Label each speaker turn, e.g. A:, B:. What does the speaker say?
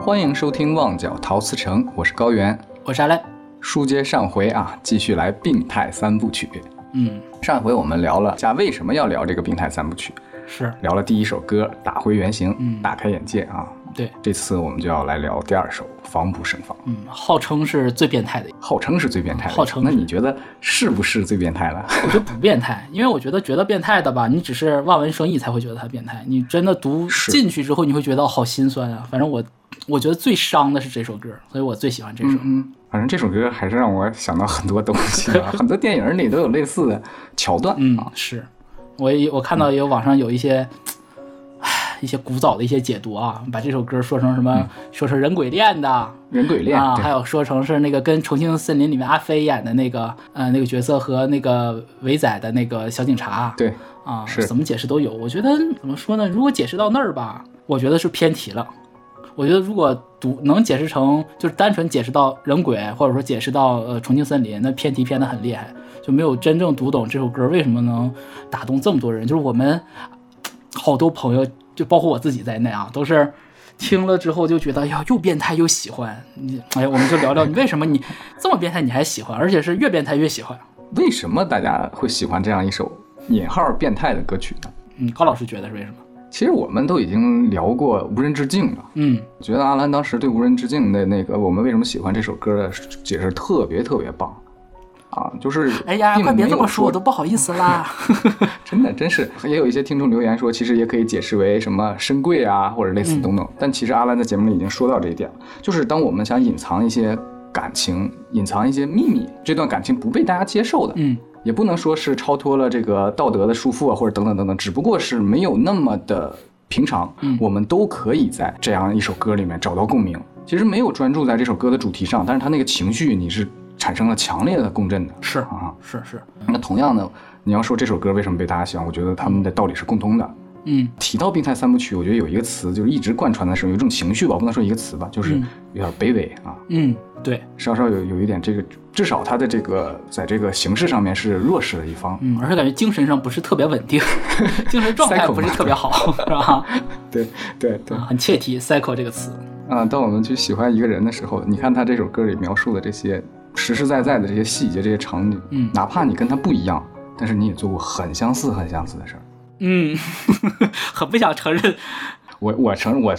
A: 欢迎收听《旺角陶瓷城》，我是高原。
B: 我是阿兰。
A: 书接上回啊，继续来病态三部曲。
B: 嗯，
A: 上回我们聊了下为什么要聊这个病态三部曲，
B: 是
A: 聊了第一首歌《打回原形》，
B: 嗯
A: 打开眼界啊。
B: 对，
A: 这次我们就要来聊第二首《防不胜防》，
B: 嗯，号称是最变态的，
A: 号称是最变态的。
B: 号称
A: 那
B: 是
A: 你觉得是不是最变态了？
B: 我觉得不变态，因为我觉得觉得变态的吧，你只是望文生义才会觉得它变态，你真的读
A: 是
B: 进去之后，你会觉得好心酸啊。反正我，我觉得最伤的是这首歌，所以我最喜欢这首。
A: 嗯， 反正这首歌还是让我想到很多东西 啊，很多电影里都有类似的桥段。
B: 嗯，是，我也我看到有网上有一些，唉，一些古早的一些解读啊，把这首歌说成什么，说成人鬼恋的，
A: 人鬼恋
B: 啊，
A: 对
B: 还有说成是那个跟《重庆森林》里面阿飞演的那个呃那个角色和那个伟仔的那个小警察，
A: 对，
B: 啊，
A: 是
B: 怎么解释都有。我觉得怎么说呢？如果解释到那儿吧，我觉得是偏题了。我觉得如果读能解释成就是单纯解释到人鬼，或者说解释到呃重庆森林，那偏题偏得很厉害，就没有真正读懂这首歌为什么能呃打动这么多人。就是我们好多朋友，就包括我自己在内啊，都是听了之后就觉得，哎呀，又变态又喜欢你。哎呀，我们就聊聊你为什么你这么变态你还喜欢，而且是越变态越喜欢。
A: 为什么大家会喜欢这样一首引号变态的歌曲呢？
B: 嗯，高老师觉得是为什么？
A: 其实我们都已经聊过《无人之境》了，
B: 嗯
A: 我觉得阿兰当时对《无人之境》的那个我们为什么喜欢这首歌的解释特别特别棒，啊，就是
B: 哎呀，
A: 并
B: 快别这
A: 没有
B: 么说，我都不好意思啦。
A: 真的真是也有一些听众留言说，其实也可以解释为什么深贵啊，或者类
B: 嗯
A: 似等等。但其实阿兰在节目里已经说到这一点了，就是当我们想隐藏一些感情、隐藏一些秘密，这段感情不被大家接受的，
B: 嗯
A: 也不能说是超脱了这个道德的束缚啊，或者等等等等，只不过是没有那么的平常。
B: 嗯
A: 我们都可以在这样一首歌里面找到共鸣。其实没有专注在这首歌的主题上，但是它那个情绪你是产生了强烈的共振的，
B: 是
A: 啊。
B: 是是，
A: 那同样的，你要说这首歌为什么被大家喜欢，我觉得他们的道理是共通的。
B: 嗯
A: 提到病态三部曲，我觉得有一个词就是一直贯穿的是有一种情绪吧，不能说一个词吧，就是
B: 嗯
A: 有点卑微啊，
B: 嗯，对，
A: 稍稍有有一点这个，至少他的这个在这个形式上面是弱势的一方。
B: 嗯，而且感觉精神上不是特别稳定， 精神状态
A: Psycho
B: 不是特别好，是吧？
A: 对对对，
B: 啊很切题 “cycle” 这个词。
A: 啊，当我们去喜欢一个人的时候，你看他这首歌里描述的这些实实在在的这些细节、这些场景，
B: 嗯
A: 哪怕你跟他不一样，但是你也做过很相似、很相似的事儿。
B: 嗯，很不想承认。
A: 我我承认，我